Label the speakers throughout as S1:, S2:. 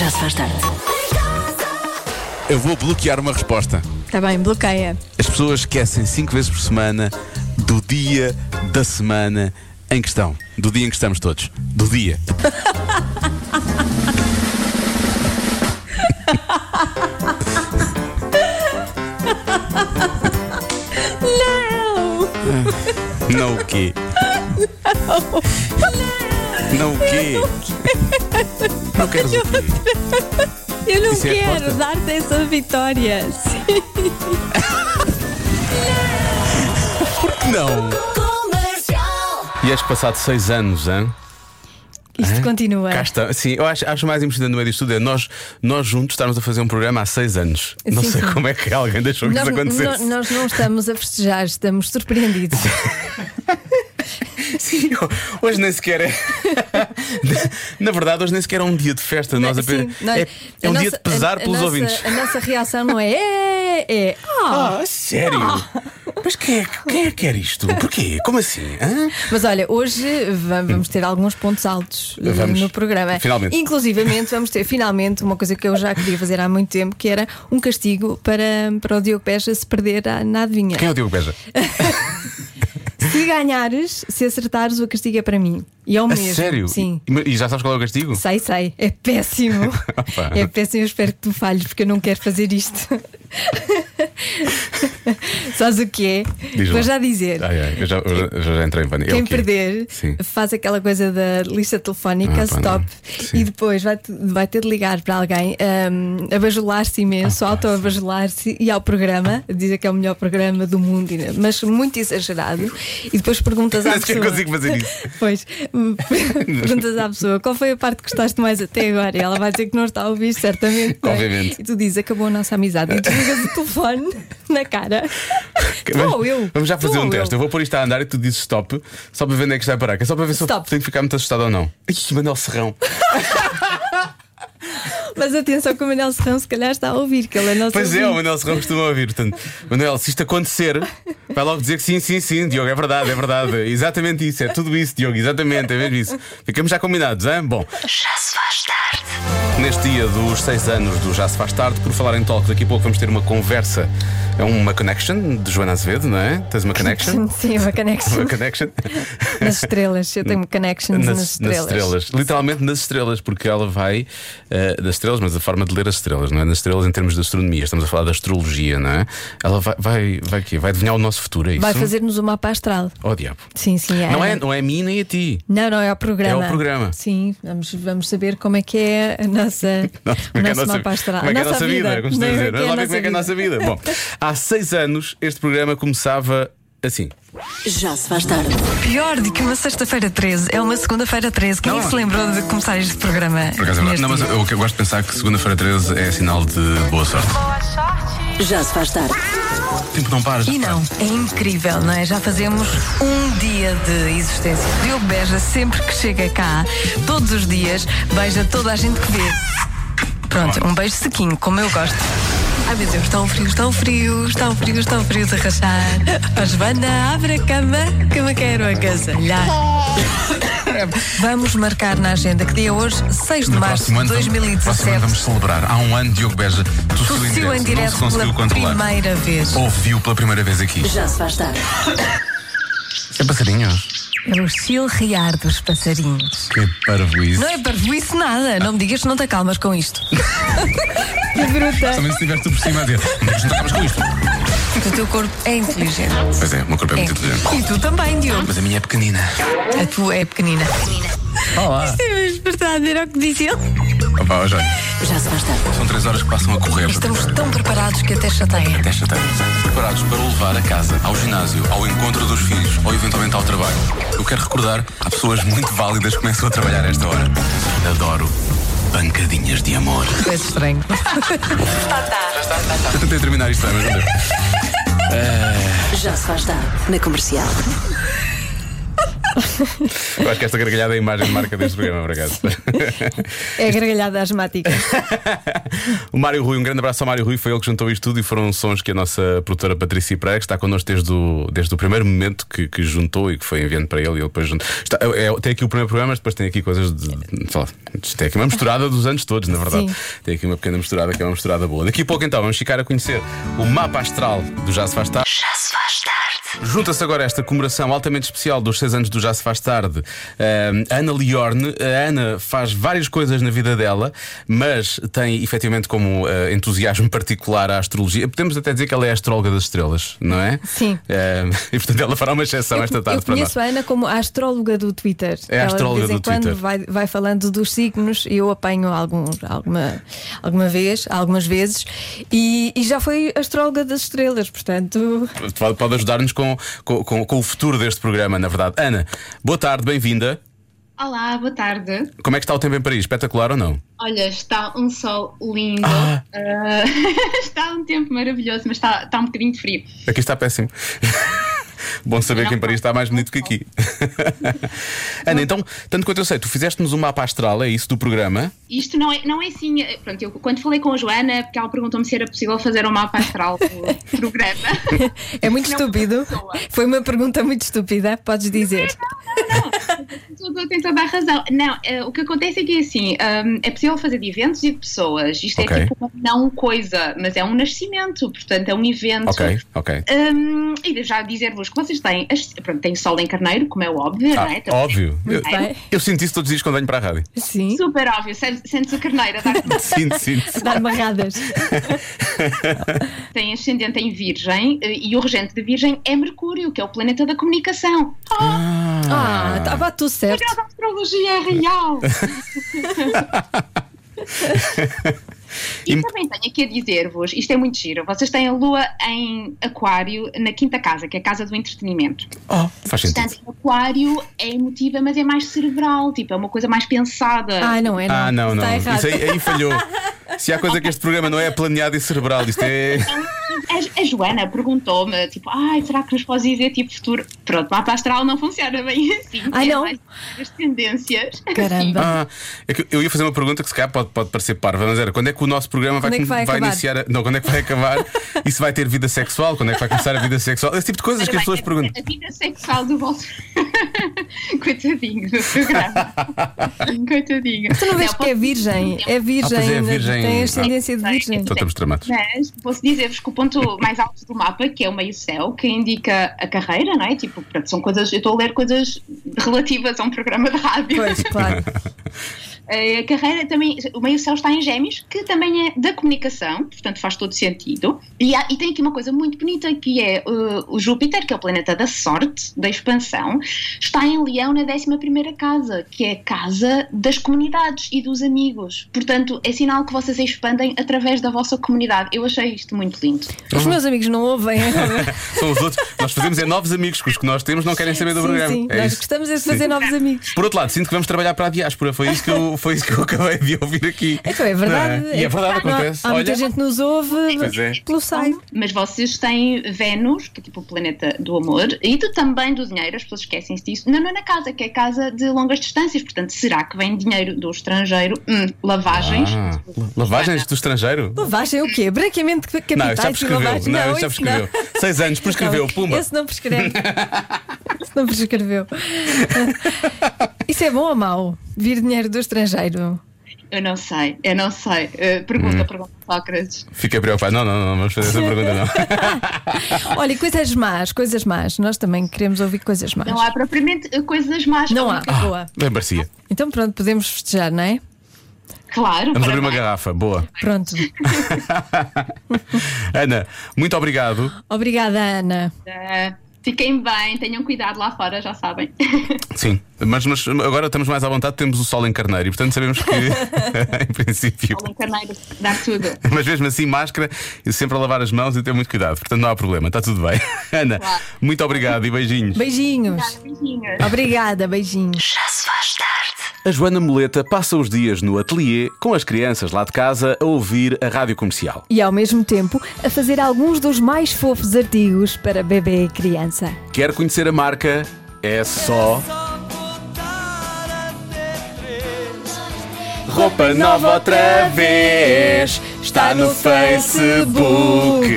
S1: Já se faz tarde.
S2: Eu vou bloquear uma resposta.
S1: Está bem, bloqueia.
S2: As pessoas esquecem cinco vezes por semana do dia da semana em questão. Do dia em que estamos todos. Do dia.
S1: Não!
S2: Não o quê? Não o quê? Não queres o quê?
S1: Eu não
S2: Isso é a
S1: quero
S2: resposta?
S1: dar-te essa vitória. Sim.
S2: Não! E acho que passado seis anos, hein?
S1: Isto continua.
S2: Cá está. Sim, eu acho, acho mais importante no meio disto tudo é nós, nós juntos estarmos a fazer um programa há seis anos. Não
S1: Sim,
S2: sei
S1: sim.
S2: como é que alguém deixou que
S1: Nós,
S2: isso acontecesse.
S1: no- nós não estamos a festejar, estamos surpreendidos.
S2: Sim, hoje nem sequer é. Na verdade, hoje nem sequer é um dia de festa. Nós apenas-
S1: Sim, nós-
S2: é, é um
S1: a
S2: dia
S1: nossa-
S2: de pesar
S1: a- a
S2: pelos
S1: nossa-
S2: ouvintes.
S1: A nossa reação não é é, é. Ah.
S2: Ah, sério? Mas quem é, que- quem é que quer isto? Porquê? Como assim? Hã?
S1: Mas olha, hoje va- vamos ter alguns pontos altos eh,
S2: Vamos.
S1: no programa.
S2: Finalmente.
S1: Inclusivamente, vamos ter finalmente uma coisa que eu já queria fazer há muito tempo, que era um castigo para, para o Diogo Peja se perder à- na adivinha.
S2: Quem é o Diogo Beja?
S1: Se ganhares, se acertares, o castigo é para mim. E é o
S2: A
S1: mesmo.
S2: sério?
S1: Sim.
S2: E já sabes qual é o castigo?
S1: Sei, sei, é péssimo.
S2: Opa.
S1: é péssimo, eu espero que tu falhes, porque eu não quero fazer isto. Sabes o que é?
S2: Diz lá.
S1: Vou já dizer.
S2: Ai, ai, eu já, eu já- eu já entrei em pânico. É
S1: Quem
S2: o quê?
S1: perder
S2: Sim.
S1: faz aquela coisa da lista telefónica,
S2: Ah, pá,
S1: stop,
S2: não. Sim.
S1: e depois vai, te- vai ter de ligar para alguém, hum, abajular-se
S2: Ah,
S1: imenso, auto-abajular-se e ao programa, dizer que é o melhor programa do mundo, e não- mas muito exagerado, e depois perguntas à
S2: Não sei
S1: pessoa.
S2: que consigo fazer isso.
S1: Pois, hum, perguntas à pessoa qual foi a parte que gostaste mais até agora? E ela vai dizer que não está a ouvir, certamente. não é?
S2: Obviamente.
S1: E tu dizes, acabou a nossa amizade. E desligas o telefone na cara. Tu ou eu.
S2: Vamos já
S1: Tu
S2: fazer
S1: ou
S2: um teste. Eu.
S1: eu.
S2: vou pôr isto a andar e tu dizes stop, só para ver onde é que isto vai parar. que é só para ver se eu
S1: Stop.
S2: tenho que ficar muito assustado ou não. Ixi, Manuel Serrão.
S1: Mas atenção que o Manuel Serrão se calhar está a ouvir, que ele é nosso
S2: Pois é, o
S1: ouvinte.
S2: Manuel Serrão costuma ouvir. Portanto, Manuel, se isto acontecer, vai logo dizer que sim, sim, sim, Diogo, é verdade, é verdade. É Exatamente isso, é tudo isso, Diogo, exatamente, é mesmo isso. Ficamos já combinados, hein? Bom. Já se faz tarde. Neste dia dos seis anos do Já se faz tarde, por falar em talk, daqui a pouco vamos ter uma conversa. É uma connection de Joana Azevedo, não é? Tens uma connection?
S1: Sim, uma
S2: Uma
S1: connection
S2: connection?
S1: nas estrelas. Eu tenho connections nas, estrelas.
S2: Literalmente nas estrelas, porque ela vai eh, das estrelas, mas a forma de ler as estrelas, não é? Nas estrelas em termos de astronomia, estamos a falar da astrologia, não é? Ela vai, vai, vai, quê? vai adivinhar o nosso futuro, é isso?
S1: Vai fazer-nos o mapa astral.
S2: Oh diabo.
S1: Sim, sim.
S2: Não é,
S1: Ana.
S2: não é a mim nem a ti.
S1: Não, não, é o programa.
S2: É o programa.
S1: Sim, vamos, vamos saber como é que é a nossa,
S2: Nossa, como
S1: o
S2: é que é a
S1: nosso
S2: nossa-
S1: mapa astral.
S2: Como é que é a nossa vida? Como se diz a dizer.
S1: Não é
S2: Vamos lá ver como é que é a nossa vida. Bom, há seis anos este programa começava assim.
S3: Já se faz tarde.
S4: Pior do que uma sexta-feira 13 é uma segunda-feira 13. Quem é que se lembrou de começar este programa? neste
S2: não, mas
S4: dia?
S2: eu, eu gosto de pensar que segunda-feira 13 é sinal de boa sorte.
S3: Já se faz tarde.
S2: O tempo não para, já
S4: E não, é incrível, não é? Já fazemos um dia de existência. Diogo Beja, sempre que chega cá, todos os dias, beija toda a gente que vê. Pronto, um beijo sequinho, como eu gosto. Ai meu Deus, está um frio, está um frio, está um frio, está um frio de rachar. A Joana abre a cama que me quero agasalhar. Vamos marcar na agenda que dia é hoje, 6 de março de 2017.
S2: celebrar. Há um ano, Diogo Beja
S4: Tossiu em direto pela primeira vez.
S2: Ouviu pela primeira vez aqui.
S3: Já se faz tarde.
S2: É passarinhos.
S4: É o chilrear dos passarinhos.
S2: Que parvoíce.
S4: Não é parvoíce nada. Não me digas que não te acalmas com isto.
S1: Que
S4: é
S1: bruta.
S2: Também se estiveres tu por cima a dizer, mas não acabas com isto.
S4: Porque o teu corpo é inteligente.
S2: Pois é, o meu corpo é
S4: É.
S2: muito inteligente.
S4: E tu também, Diogo.
S2: Mas a minha é pequenina.
S4: A tua é pequenina.
S2: Olá.
S4: É mesmo verdade, era o que dizia ele.
S2: Opa, ó, Jorge,
S3: Já se faz tarde.
S2: são três horas que passam a correr.
S4: Estamos tão preparados que até chateia.
S2: Desta tarde. Preparados para o levar a casa, ao ginásio, ao encontro dos filhos ou eventualmente ao trabalho. Eu quero recordar, há pessoas muito válidas que começam a trabalhar a esta hora. Adoro pancadinhas de amor.
S4: É estranho.
S2: Eu tentei terminar isto, bem, mas não deu.
S3: Já se faz tarde. Na comercial.
S2: Eu acho que esta gargalhada é a imagem de marca deste programa, por acaso.
S1: É a gargalhada asmática.
S2: O Mário Rui, um grande abraço ao Mário Rui, foi ele que juntou isto tudo e foram sons que a nossa produtora Patrícia Pereira, que está connosco desde o, desde o primeiro momento que, que juntou e que foi enviando para ele e ele depois juntou. Está- é- é- tem aqui o primeiro programa, mas depois tem aqui coisas de. de- sei lá, isto tem aqui uma misturada dos anos todos, na verdade.
S1: Sim.
S2: Tem aqui uma pequena misturada que é uma misturada boa. Daqui a pouco então vamos ficar a conhecer o mapa astral do Já Se Faz Tarde.
S3: Já se faz tarde.
S2: Junta-se agora a esta comemoração altamente especial dos 6 anos do Já Se Faz Tarde. Ahm, a Ana Liorne, a Ana faz várias coisas na vida dela, mas tem efetivamente como ah, entusiasmo particular a astrologia. Podemos até dizer que ela é a astróloga das estrelas, não é?
S1: Sim.
S2: Ahm, e portanto ela fará uma exceção
S1: Eu,
S2: esta tarde
S1: eu
S2: para nós.
S1: conheço a Ana como a astróloga do Twitter.
S2: É a astróloga
S1: Ela de vez em
S2: do
S1: quando
S2: Twitter.
S1: Vai, vai falando dos signos e eu apanho algum, alguma, alguma vez, algumas vezes, e, e já foi astróloga das estrelas, portanto.
S2: Pode, pode ajudar-nos com, com, com- com o futuro deste programa, na verdade. Ana, boa tarde, bem-vinda.
S5: Olá, boa tarde.
S2: Como é que está o tempo em Paris? Espetacular ou não?
S5: Olha, está um sol lindo.
S2: Ah.
S5: Ah, está um tempo maravilhoso, mas está, está um bocadinho de frio.
S2: Aqui está péssimo. Bom saber
S5: Não,
S2: que em Paris está mais bonito que aqui. Ana, então, tanto quanto eu sei, tu fizeste-nos um mapa astral, é isso, do programa?
S5: Isto não é, não é assim. eh, Pronto, eu quando falei com a Joana, porque ela perguntou-me se era possível fazer um mapa astral do programa.
S1: É muito
S5: Não,
S1: estúpido.
S5: pessoa.
S1: Foi uma pergunta muito estúpida, podes dizer.
S5: Tudo tem toda a razão. Não, eh, o que acontece é que é assim: ahm, é possível fazer de eventos e de pessoas. Isto
S2: Ok.
S5: é tipo uma não coisa, mas é um nascimento, portanto é um evento.
S2: Ok, ok.
S5: Hum, e já dizer-vos que vocês têm, as- pronto, têm sol em carneiro, como é óbvio,
S2: Ah,
S5: não é? Também.
S2: óbvio. Eu,
S1: então. bem.
S2: eu sinto isso todos os dias quando venho para a rádio.
S1: Sim.
S5: Super óbvio, sentes sentes o carneiro a dar
S2: Sinto, sinto.
S1: Dar marradas.
S5: tem ascendente em virgem eh, e o regente de virgem é Mercúrio, que é o planeta da comunicação.
S1: Ah, estava tudo certo.
S5: Mas a astrologia é real! E,
S2: E-
S5: também tenho aqui a dizer-vos, isto é muito giro, vocês têm a lua em aquário na quinta casa, que é a casa do entretenimento.
S2: Oh, Faz sentido.
S5: Portanto, aquário é emotiva, mas é mais cerebral, tipo, é uma coisa mais pensada.
S1: Ah, não é? Não.
S2: Ah, não, não.
S1: Está errado.
S2: Isso aí, aí falhou. Se há coisa que este programa não é planeado e cerebral, isto é.
S5: A, a Joana perguntou-me, tipo, ai, será que nos podes dizer, tipo, futuro? Pronto, mapa astral não funciona bem assim.
S1: Ai,
S5: é
S1: Ah, não.
S5: mais as tendências.
S1: Caramba.
S2: Ah, é que eu ia fazer uma pergunta que se calhar pode, pode parecer parva, mas era quando é que o nosso programa vai,
S1: Quando é que
S2: com-
S1: vai acabar?
S2: iniciar. a- não, quando é que vai acabar? e se vai ter vida sexual? Quando é que vai começar a vida sexual? Esse tipo de coisas que as
S5: Ora
S2: pessoas
S5: bem,
S2: perguntam.
S5: A vida sexual do vosso. Coitadinho do programa. Coitadinho.
S1: Tu não vês que é
S5: posso-
S1: virgem? É virgem,
S2: pois é,
S1: ainda
S2: virgem.
S1: tem ascendência de
S5: Tem.
S1: virgem.
S2: Então estamos tramados.
S5: Mas posso dizer-vos que o ponto mais alto do mapa, que é o meio-céu, que indica a carreira, não é? Tipo, portanto, são coisas. Eu estou a ler coisas relativas a um programa de rádio.
S1: Pois, claro.
S5: Eh, A carreira também, o meio céu está em Gêmeos, que também é da comunicação, portanto faz todo sentido. E, há- e tem aqui uma coisa muito bonita que é eh, o Júpiter, que é o planeta da sorte, da expansão, está em Leão na 11 casa, que é a casa das comunidades e dos amigos. Portanto, é sinal que vocês expandem através da vossa comunidade. Eu achei isto muito lindo.
S2: Então
S1: Os meus amigos não ouvem.
S2: É São os outros. Nós fazemos é novos amigos, que os que nós temos não querem saber do
S1: sim,
S2: programa.
S1: sim.
S2: É
S1: Nós
S2: isso.
S1: gostamos é de fazer
S2: Sim.
S1: novos amigos.
S2: Por outro lado, sinto que vamos trabalhar para a diáspora. Foi isso que eu, foi isso que eu acabei de ouvir aqui.
S1: Então é verdade.
S2: Não é? E é verdade,
S1: Não há-
S2: acontece.
S1: Há, muita
S2: Olha.
S1: gente que nos ouve
S2: Pois é.
S1: pelo site.
S5: Mas vocês têm Vênus, que é tipo o planeta do amor, e do, também do dinheiro, as pessoas esquecem-se disso, na nona casa, que é a casa de longas distâncias. Portanto, será que vem dinheiro do estrangeiro? Hum, lavagens.
S2: Ah, lavagens do estrangeiro?
S1: Lavagem é o quê? Branqueamento de
S2: Não, isso já
S1: capitais e
S2: prescreveu. Não,
S1: lavagem.
S2: isso já
S1: isso
S2: prescreveu. Seis anos, prescreveu,
S1: Não,
S2: pumba.
S1: Esse não prescreve. Esse não prescreveu. Isso é bom ou mau? Vir dinheiro do estrangeiro?
S5: Eu não sei, eu não sei. Eh,
S2: Hum.
S5: pergunta, pergunta, Sócrates.
S2: Fiquei preocupado. Não, não, não, não vamos fazer essa pergunta, não.
S1: Olha, e coisas más, coisas más. Nós também queremos ouvir coisas más.
S5: Não há propriamente eh, coisas más.
S1: Não há. Boa.
S2: Ah, Bem, Barcia.
S1: Então pronto, podemos festejar, não é?
S5: Claro.
S2: Ah. Vamos
S5: para
S2: abrir uma
S5: mais.
S2: garrafa. Boa.
S1: Pronto.
S2: Ana, muito obrigado.
S1: Obrigada, Ana.
S5: Eh, Fiquem bem, tenham cuidado lá fora, já sabem.
S2: Sim, mas, mas agora estamos mais à vontade, temos o sol em carneiro e portanto sabemos que, em princípio.
S5: Olhem, um carneiro, dar tudo.
S2: Mas mesmo assim, máscara e sempre a lavar as mãos e ter muito cuidado. Portanto, não há problema, está tudo bem. Ana,
S5: Claro.
S2: muito obrigado e beijinhos.
S1: Beijinhos.
S5: Beijinhos.
S1: Obrigada, beijinhos.
S3: Já se faz tarde.
S2: A Joana Moleta passa os dias no atelier com as crianças lá de casa a ouvir a rádio comercial.
S1: E ao mesmo tempo a fazer alguns dos mais fofos artigos para bebê e criança.
S2: Quer conhecer a marca? É só Roupa nova outra vez está no Facebook.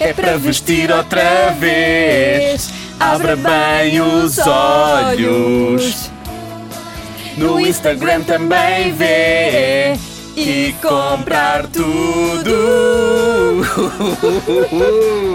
S2: É para vestir outra vez. Abra bem os olhos. No Instagram também vê. E comprar tudo.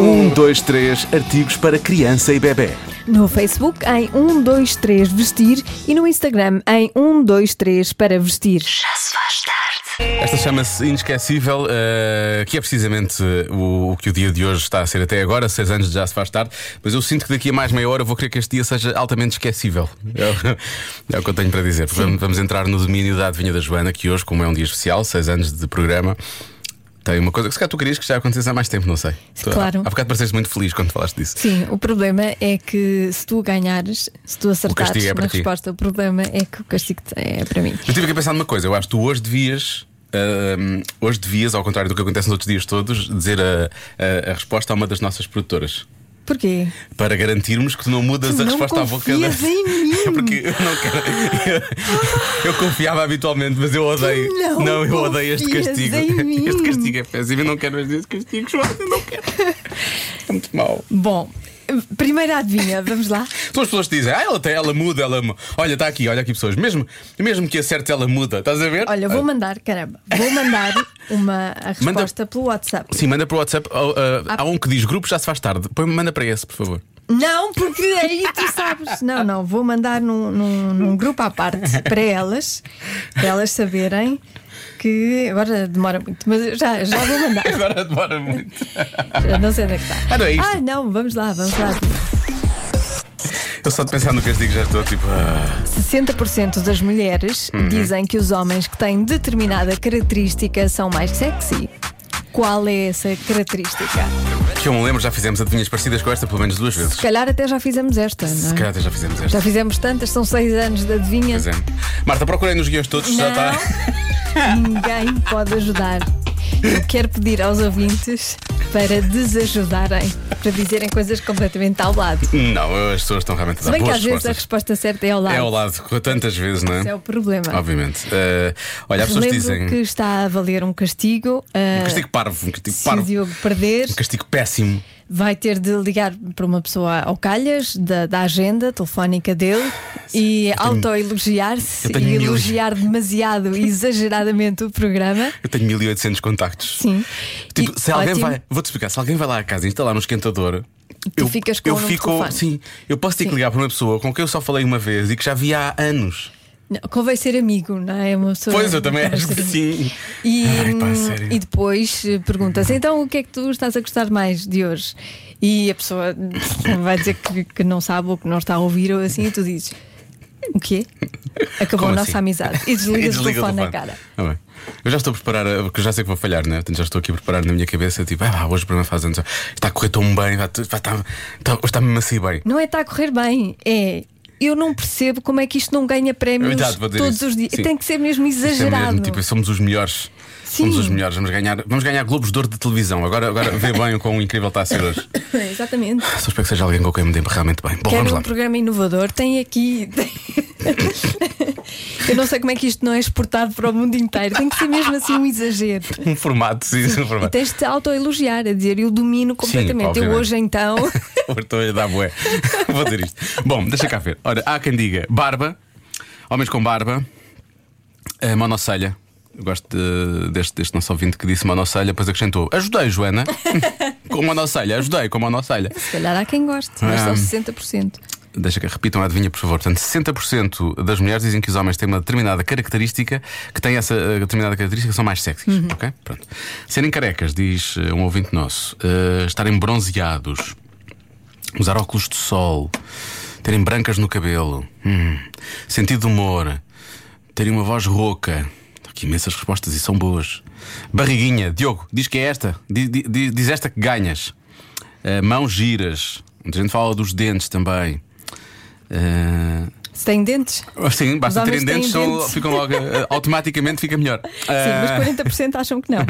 S2: um, dois, três artigos para criança e bebê.
S1: No Facebook em 123 Vestir e no Instagram em 123 para vestir.
S3: Já se faz tarde.
S2: Esta chama-se Inesquecível, eh, que é precisamente o, o que o dia de hoje está a ser até agora, seis anos já se faz tarde, mas eu sinto que daqui a mais meia hora eu vou querer que este dia seja altamente esquecível. É, o- é o que eu tenho para dizer. Vamos, vamos entrar no domínio da adivinha da Joana, que hoje, como é um dia especial, seis anos de programa. Tem uma coisa que se calhar tu querias que já acontecesse há mais tempo, não sei. Tu,
S1: Claro.
S2: Há, há bocado pareceste muito feliz quando falaste disso.
S1: Sim, o problema é que se tu ganhares, se tu acertares
S2: castigo é para
S1: na
S2: ti.
S1: resposta, o problema é que o castigo é para mim.
S2: Eu tive aqui a pensar numa coisa, eu acho que tu hoje devias. ahm, hoje devias, ao contrário do que acontece nos outros dias todos, dizer a, a- a resposta a uma das nossas produtoras.
S1: Porquê?
S2: Para garantirmos que tu não mudas
S1: Tu
S2: a
S1: não
S2: resposta à boca da.
S1: confias em mim.
S2: É porque eu não quero. Eu, eu confiava habitualmente, mas eu odeio.
S1: Tu não
S2: eu odeio este
S1: confias
S2: castigo.
S1: em mim.
S2: Este castigo é péssimo. Eu não quero mais este castigo, João. Eu não quero. É muito mau.
S1: Bom, primeira adivinha, vamos lá.
S2: Então as pessoas dizem, ah, ela, tem, ela muda, ela. mu- Olha, está aqui, olha aqui pessoas. Mesmo, mesmo que acerte, ela muda. Estás a ver?
S1: Olha, vou mandar, caramba, vou mandar uma a
S2: Manda-
S1: resposta pelo WhatsApp.
S2: Ah, Sim, manda para o WhatsApp. Há- há- há um que diz grupos, já se faz tarde. Põe, manda para esse, por favor.
S1: Não, porque aí tu sabes. Não, não, vou mandar num, num- num grupo à parte para elas, para elas saberem que agora demora muito, mas eu já, já vou mandar.
S2: Agora demora muito.
S1: Já não sei onde é que está.
S2: Ah, não é isto?
S1: Ah, não, vamos lá, vamos lá.
S2: Eu só de pensar no castigo já estou tipo. ah.
S1: 60% das mulheres
S2: Uhum.
S1: dizem que os homens que têm determinada característica são mais sexy. Qual é essa característica?
S2: Que eu me lembro, já fizemos adivinhas parecidas com esta pelo menos duas vezes.
S1: Se calhar até já fizemos esta, não
S2: Se
S1: é?
S2: calhar até já fizemos esta.
S1: Já fizemos tantas, são seis anos de adivinha.
S2: Pois é. Marta, procurei nos guiões todos, é. já tá.
S1: Não.
S2: está.
S1: Ninguém pode ajudar. Eu quero pedir aos ouvintes para desajudarem, para dizerem coisas completamente ao lado.
S2: Não, as pessoas estão realmente a
S1: Se
S2: dar
S1: bem que
S2: boas
S1: às vezes a
S2: respostas.
S1: resposta certa é ao lado.
S2: É ao lado, tantas vezes, não
S1: Esse é
S2: é?
S1: o problema.
S2: Obviamente. Ah, olha, as pessoas
S1: Relembro
S2: dizem.
S1: que está a valer um castigo. ah,
S2: Um castigo parvo, um castigo
S1: se o
S2: parvo.
S1: Diogo perder,
S2: Um castigo péssimo.
S1: vai ter de ligar para uma pessoa ao calhas da, da agenda telefónica dele e autoelogiar-se
S2: eu tenho
S1: e
S2: mil-
S1: elogiar demasiado e exageradamente o programa.
S2: Eu tenho 1800 contactos.
S1: Sim.
S2: Tipo,
S1: E-
S2: se alguém
S1: ótimo.
S2: vai, vou-te explicar, se alguém vai lá à casa instalar um esquentador,
S1: Tu ficas com
S2: eu
S1: o número de
S2: fico,
S1: telefone.
S2: sim, eu posso ter que
S1: Sim.
S2: ligar para uma pessoa com quem eu só falei uma vez e que já vi há anos.
S1: Não, convém ser amigo, não é? Uma pessoa
S2: Pois eu também
S1: convém
S2: acho
S1: ser
S2: que
S1: amigo.
S2: sim.
S1: E,
S2: Ai, pá,
S1: hum,
S2: sério.
S1: e depois eh, perguntas: então o que é que tu estás a gostar mais de hoje? E a pessoa vai dizer que, que não sabe ou que não está a ouvir ou assim, e tu dizes: o quê? Acabou
S2: Como
S1: a nossa
S2: assim?
S1: amizade. E desligas o
S2: desliga
S1: telefone na cara.
S2: Tá bem. Eu já estou a preparar, eh, porque eu já sei que vou falhar, né? Portanto, já estou aqui a preparar na minha cabeça, tipo, ah, pá, hoje o programa faz anos. Está a correr tão bem, vai, vai, tá, tá, hoje está-me assim bem.
S1: Não é está a correr bem, é. Eu não percebo como é que isto não ganha prémios
S2: Verdade, vou dizer
S1: todos
S2: isso.
S1: os dias.
S2: Sim.
S1: Tem que ser mesmo
S2: Isto é
S1: exagerado.
S2: mesmo, tipo, somos os melhores. Somos
S1: Sim.
S2: os melhores, vamos ganhar, vamos ganhar Globos de Ouro de televisão. Agora, agora vê bem o quão incrível está a ser hoje.
S1: É, Exatamente.
S2: Só espero que seja alguém com quem me dê realmente bem. Bom,
S1: Quer
S2: vamos
S1: um
S2: lá.
S1: programa inovador? Tem aqui. Eu não sei como é que isto não é exportado para o mundo inteiro. Tem que ser mesmo assim um exagero.
S2: Um formato, sim, um
S1: E
S2: formato.
S1: tens de te autoelogiar, a dizer eu domino completamente. eu
S2: obviamente.
S1: hoje então.
S2: Estou a dar bué. Vou dizer isto. Bom, deixa cá ver. Ora, há quem diga barba, homens com barba, eh, monocelha. Eu gosto de- deste, deste nosso ouvinte que disse monocelha, depois acrescentou: Ajudei, Joana, com monocelha, ajudei com monocelha.
S1: Se calhar há quem goste, mas
S2: Ah.
S1: são 60%.
S2: Deixa que repitam a adivinha, por favor. Portanto, 60% das mulheres dizem que os homens têm uma determinada característica, que têm essa eh, determinada característica, que são mais sexys. Ok? Pronto. Serem carecas, diz eh, um ouvinte nosso, eh, estarem bronzeados, usar óculos de sol, terem brancas no cabelo, hum, sentido de humor, terem uma voz rouca. Aqui imensas respostas e são boas. Barriguinha, Diogo, diz que é esta. Di- di- di- Diz, esta que ganhas. Eh, mãos giras. Muita gente fala dos dentes também. Eh,
S1: Se tem dentes,
S2: Ah, sim, basta
S1: Os
S2: terem
S1: homens têm
S2: dentes, são-
S1: dentes.
S2: ficam logo, eh, automaticamente fica melhor.
S1: sim,
S2: Eh,
S1: mas 40% acham que não.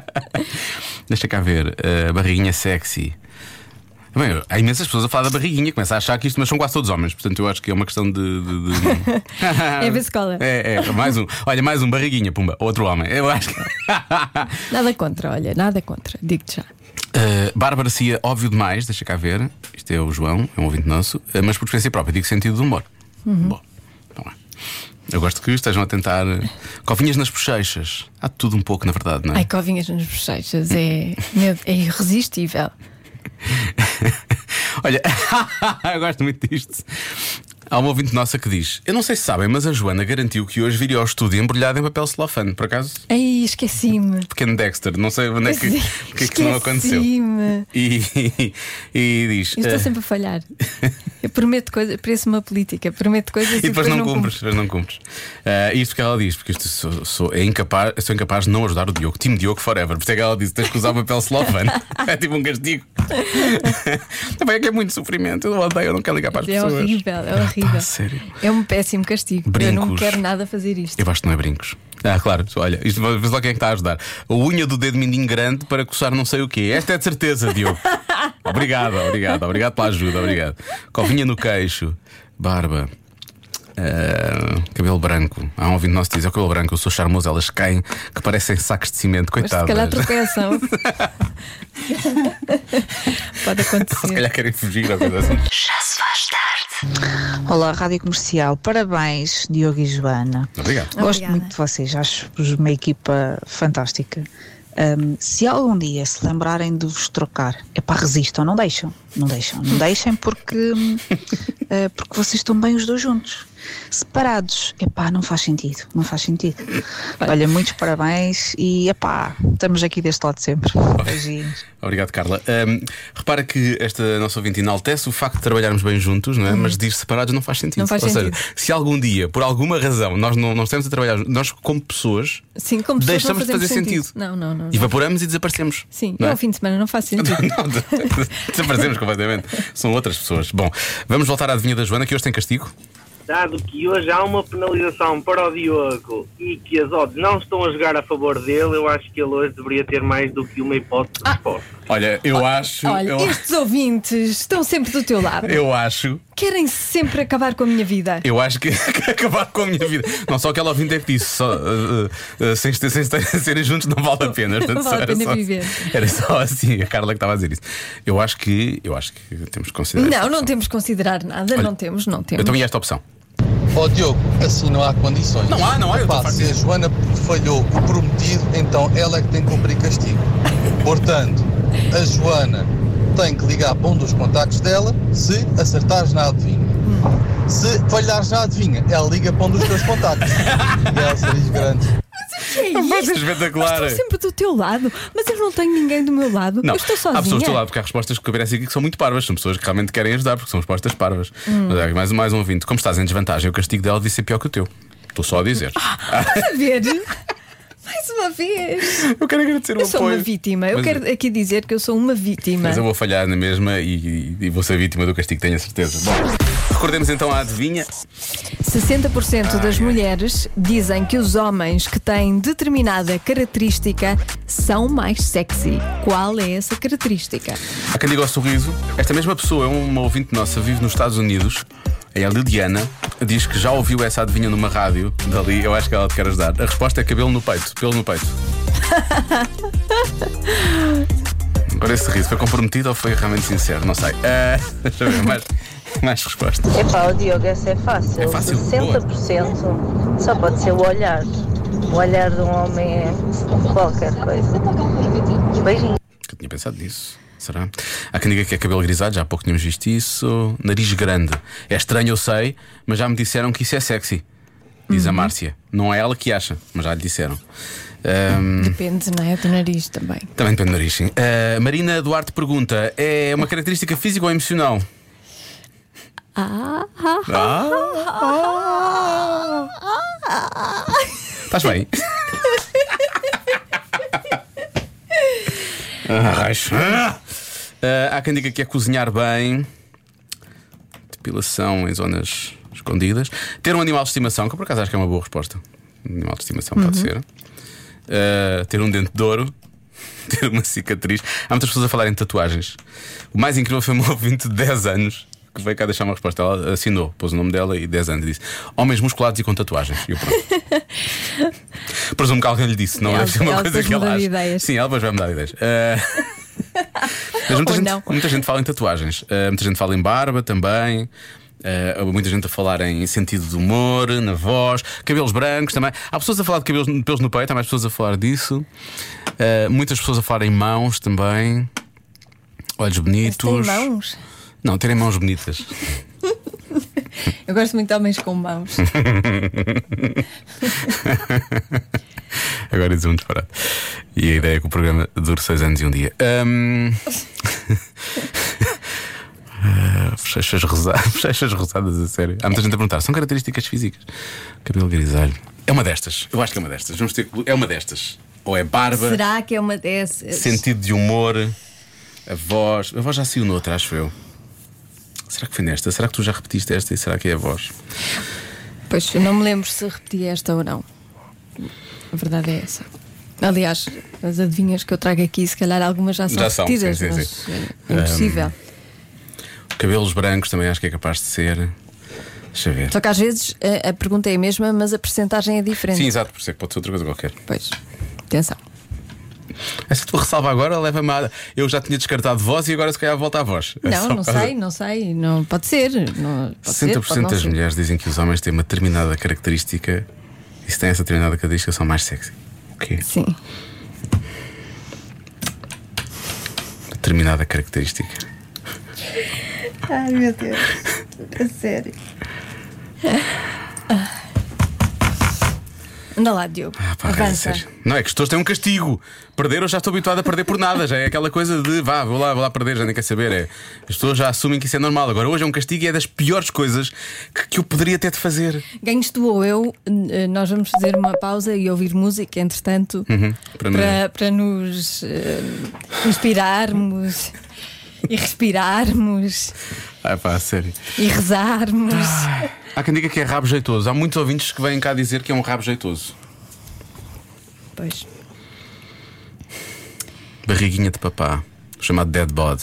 S2: Deixa cá ver. eh, barriguinha ah, sexy. Bem, há imensas pessoas a falar da barriguinha, começa a achar que isto, mas são quase todos homens, portanto eu acho que é uma questão de. de- de-
S1: É ver se cola.
S2: É, é, mais um. Olha, mais um, barriguinha, pumba, outro homem. Eu acho que.
S1: Nada contra, olha, nada contra, digo-te já.
S2: Uh, Bárbara Cia, óbvio demais, deixa cá ver. Isto é o João, é um ouvinte nosso, uh, mas por experiência própria, digo sentido do humor. Bom, então é. Eu gosto que estejam a tentar. uh, Covinhas nas bochechas. Há tudo um pouco, na verdade, não é?
S1: Ai, covinhas nos bochechas é, meu, é irresistível.
S2: Olha, eu gosto muito disto. Há uma ouvinte nossa que diz: Eu não sei se sabem, mas a Joana garantiu que hoje viria ao estúdio embrulhada em papel celofane. Por acaso,
S1: Ai, esqueci-me.
S2: pequeno Dexter, não sei onde é que, porque é que não aconteceu.
S1: Esqueci-me.
S2: E, e, e diz:
S1: Eu estou
S2: "Ah,
S1: sempre a falhar. Eu prometo coisas, parece uma política, prometo coisas e,
S2: E depois não,
S1: cumpro.
S2: cumpres, depois não cumpres. Ah, isto que ela diz, porque isto sou, sou- é incapaz, sou incapaz de não ajudar o Diogo, time Diogo Forever. Por isso é que ela disse: tens que usar o papel celofane. é tipo um castigo. Também é que é muito sofrimento. Eu não odeio, eu não quero ligar para as
S1: É
S2: pessoas.
S1: horrível, é
S2: Epá,
S1: horrível.
S2: Ah, sério.
S1: É um péssimo castigo. Eu não
S2: Brincos.
S1: quero nada fazer isto.
S2: Eu acho que não é brincos. Ah, claro, olha, isto vês lá quem é que está a ajudar. A unha do dedo mindinho grande para coçar não sei o quê. Esta é de certeza, Diogo. obrigado, obrigado, obrigado pela ajuda, obrigado. Covinha no queixo, barba, ah, cabelo branco. Há um ouvinte nosso que diz: é o cabelo branco, eu sou charmoso, elas caem que parecem sacos de cimento,
S1: Mas se
S2: coitadas.
S1: calhar tropeçam. Pode
S2: Se
S1: acontecer.
S2: calhar querem fugir ou coisa assim.
S3: Já se faz tarde.
S6: Olá, Rádio Comercial. Parabéns, Diogo e Joana.
S2: Obrigado.
S6: Gosto muito de vocês, acho-vos uma equipa fantástica. Ahm, se algum dia se lembrarem de vos trocar, é pá, resistam, não deixam, não deixam, não deixem porque, hum, eh, porque vocês estão bem os dois juntos. Separados, é pá, não faz sentido, não faz sentido. Olha, muitos parabéns e é pá, estamos aqui deste lado sempre. Beijinhos.
S2: Obrigado, Carla. Ahm, repara que esta nossa ouvinte enaltece o facto de trabalharmos bem juntos, não é? mas diz separados não faz sentido.
S1: Uhum. Não faz
S2: Ou
S1: sentido.
S2: seja, se algum dia, por alguma razão, nós não nós estamos a trabalhar juntos, nós, como pessoas,
S1: Sim, como pessoas não
S2: Deixamos de
S1: fazemos
S2: fazer sentido.
S1: Não, não, não. não.
S2: evaporamos e desaparecemos.
S1: Sim,
S2: não
S1: eu
S2: é?
S1: ao fim de semana não faz sentido.
S2: Não, desaparecemos completamente. São outras pessoas. Bom, vamos voltar à adivinha da Joana, que hoje tem castigo.
S7: Dado que hoje há uma penalização para o Diogo e que as odds não estão a jogar a favor dele, eu acho que ele hoje deveria ter mais do que uma hipótese de resposta.
S2: Olha, eu acho.
S1: Olha,
S2: eu,
S1: estes ouvintes estão sempre do teu lado.
S2: eu acho.
S1: Querem sempre acabar com a minha vida.
S2: Eu acho que que acabar com a minha vida. Não só aquela ouvinte é que disse, só, uh, uh, uh, sem, este- sem este- serem juntos não vale a pena. Portanto,
S1: Não vale
S2: só
S1: a
S2: era
S1: pena
S2: só-
S1: viver.
S2: Era só assim, a Carla que estava a dizer isso. Eu acho que, eu acho que temos que considerar. esta
S1: Não, não
S2: opção.
S1: temos que considerar nada,
S2: Olha, então,
S1: não temos, não
S2: Eu
S1: temos.
S2: também esta opção.
S8: Ó Diogo, assim não há condições.
S2: Não há, não há, eu
S8: Epá,
S2: tô farto
S8: se a Joana falhou o prometido, então ela é que tem que cumprir castigo. Portanto, a Joana tem que ligar para um dos contactos dela se acertares na adivinha.
S2: Hum.
S8: Se falhares na adivinha, ela liga para um dos teus contactos. e ela seria grande.
S1: É
S2: Vai ser
S1: isto?
S2: espetacular.
S1: Mas Estão sempre do teu lado, mas eu não tenho ninguém do meu lado.
S2: Não,
S1: eu estou sozinha.
S2: Há pessoas do teu lado, porque há respostas que aparecem aqui que são muito parvas. São pessoas que realmente querem ajudar, porque são respostas parvas.
S1: Hum.
S2: Mas há mais, mais um ouvinte. Como estás em desvantagem, o castigo dela devia ser pior que o teu. Estou só a dizer.
S1: Ah! A ver. Mais uma vez.
S2: eu quero agradecer o
S1: Eu sou
S2: apoio.
S1: uma vítima. Eu
S2: Mas-
S1: quero aqui dizer que eu sou uma vítima.
S2: Mas é um- eu vou falhar na mesma e, e- e vou ser vítima do castigo, tenho a certeza. Bom, recordemos então a adivinha.
S1: 60% das mulheres dizem que os homens que têm determinada característica são mais sexy. Qual é essa característica?
S2: Há quem diga ao sorriso. Esta mesma pessoa é uma ouvinte nossa, vive nos Estados Unidos. É a Liliana. Diz que já ouviu essa adivinha numa rádio dali. Eu acho que ela te quer ajudar. A resposta é cabelo no peito. Pelo no peito. Agora esse riso foi comprometido ou foi realmente sincero? Não sei. Ah, deixa eu ver mais, mais resposta.
S9: Epá, o Diogo, essa é fácil.
S2: É fácil,
S9: 60% só pode ser o olhar. O olhar de um homem é qualquer coisa. Beijinho.
S2: Que eu tinha pensado nisso. Será? Há quem diga que é cabelo grisalho, já há pouco tínhamos visto isso. Nariz grande. É estranho, eu sei, mas já me disseram que isso é sexy. Diz a Márcia. Não é ela que acha, mas já lhe disseram. Ahm,
S1: Depende, não é? Do nariz também.
S2: também depende do nariz, sim. Ah, Marina Duarte pergunta: é uma característica física ou emocional? Ah, Estás bem? Arraixo. Ah! Ah, há quem diga que é cozinhar bem, depilação em zonas escondidas, ter um animal de estimação, que eu por acaso acho
S1: Uhum.
S2: que é uma boa resposta. Um animal de estimação pode ser. Ah, ter um Eh, dente de ouro. ter uma cicatriz. Há muitas pessoas a falar em tatuagens. O mais incrível foi uma ouvinte de 10 anos que veio cá deixar uma resposta. Ela assinou, pôs o nome dela e 10 anos e disse: Homens musculados e com tatuagens. E eu pronto. Presumo que alguém lhe disse, não
S1: Ela-
S2: deve ser uma
S1: É ela
S2: coisa
S1: depois
S2: que ela
S1: muda
S2: acha.
S1: de ideias.
S2: Sim, ela depois vai me dar ideias. Ah, mas muita,
S1: Ou
S2: gente,
S1: não.
S2: muita gente fala em tatuagens, Ah, muita gente fala em barba também. Ah, há muita gente a falar em sentido de humor, na voz, cabelos brancos também. Há pessoas a falar de cabelos, pelos no peito, há mais pessoas a falar disso. Ah, muitas pessoas a falar em mãos também. Olhos
S1: Mas tem
S2: bonitos.
S1: mãos?
S2: Não, terem mãos bonitas.
S1: Eu gosto muito de homens com mãos.
S2: Agora diz um disparate. E a ideia é que o programa dure seis anos e um dia. Ahm. Ah, Bochechas rosa- bochechas rosadas, a sério. Há muita gente a perguntar: são características físicas? Cabelo grisalho. É uma destas. Eu acho que é uma destas. Vamos ter... que- É uma destas. Ou é barba,
S1: Será que é uma dessas?
S2: sentido de humor, a voz. A voz já saiu noutra, acho eu. Será que foi nesta? Será que tu já repetiste esta e será que é a voz?
S1: Pois, eu não me lembro se repeti esta ou não. A verdade é essa. Aliás, as adivinhas que eu trago aqui, se calhar algumas já são
S2: Já são,
S1: repetidas,
S2: sim, sim,
S1: mas
S2: sim.
S1: é impossível.
S2: Cabelos brancos também acho que é capaz de ser. Deixa eu ver.
S1: Só que às vezes a, a pergunta é a mesma, mas a percentagem é diferente.
S2: Sim, exato, por isso é que pode ser outra coisa qualquer.
S1: Pois, atenção.
S2: Essa tua ressalva agora leva-me a. Eu já tinha descartado voz e agora se calhar volta à voz. É só
S1: Não, não
S2: por causa-
S1: sei, não sei. Não, pode ser. Não, pode ser,
S2: 60%
S1: pode não
S2: das
S1: ser.
S2: mulheres dizem que os homens têm uma determinada característica e se têm essa determinada característica são mais sexy. O quê?
S1: Sim.
S2: Determinada característica.
S1: Ai meu Deus, a sério. Anda lá, Diogo.
S2: Ah, pá, é
S1: Avança.
S2: sério. Não é que estou tem um castigo. Perder eu já estou habituado a perder por nada. Já é aquela coisa de vá, vou lá, vou lá perder, já nem quer saber. É, as pessoas já assumem que isso é normal. Agora hoje é um castigo e é das piores coisas que, que eu poderia ter de fazer.
S1: Ganhas tu ou eu, n- eh, nós vamos fazer uma pausa e ouvir música, entretanto,
S2: Uhum. Hum? para mim.
S1: para, para nos eh, inspirarmos e respirarmos
S2: Ah, pá, a sério.
S1: e rezarmos.
S2: Há quem diga que é rabo jeitoso. Há muitos ouvintes que vêm cá dizer que é um rabo jeitoso.
S1: Pois.
S2: Barriguinha de papá, chamado dead bod.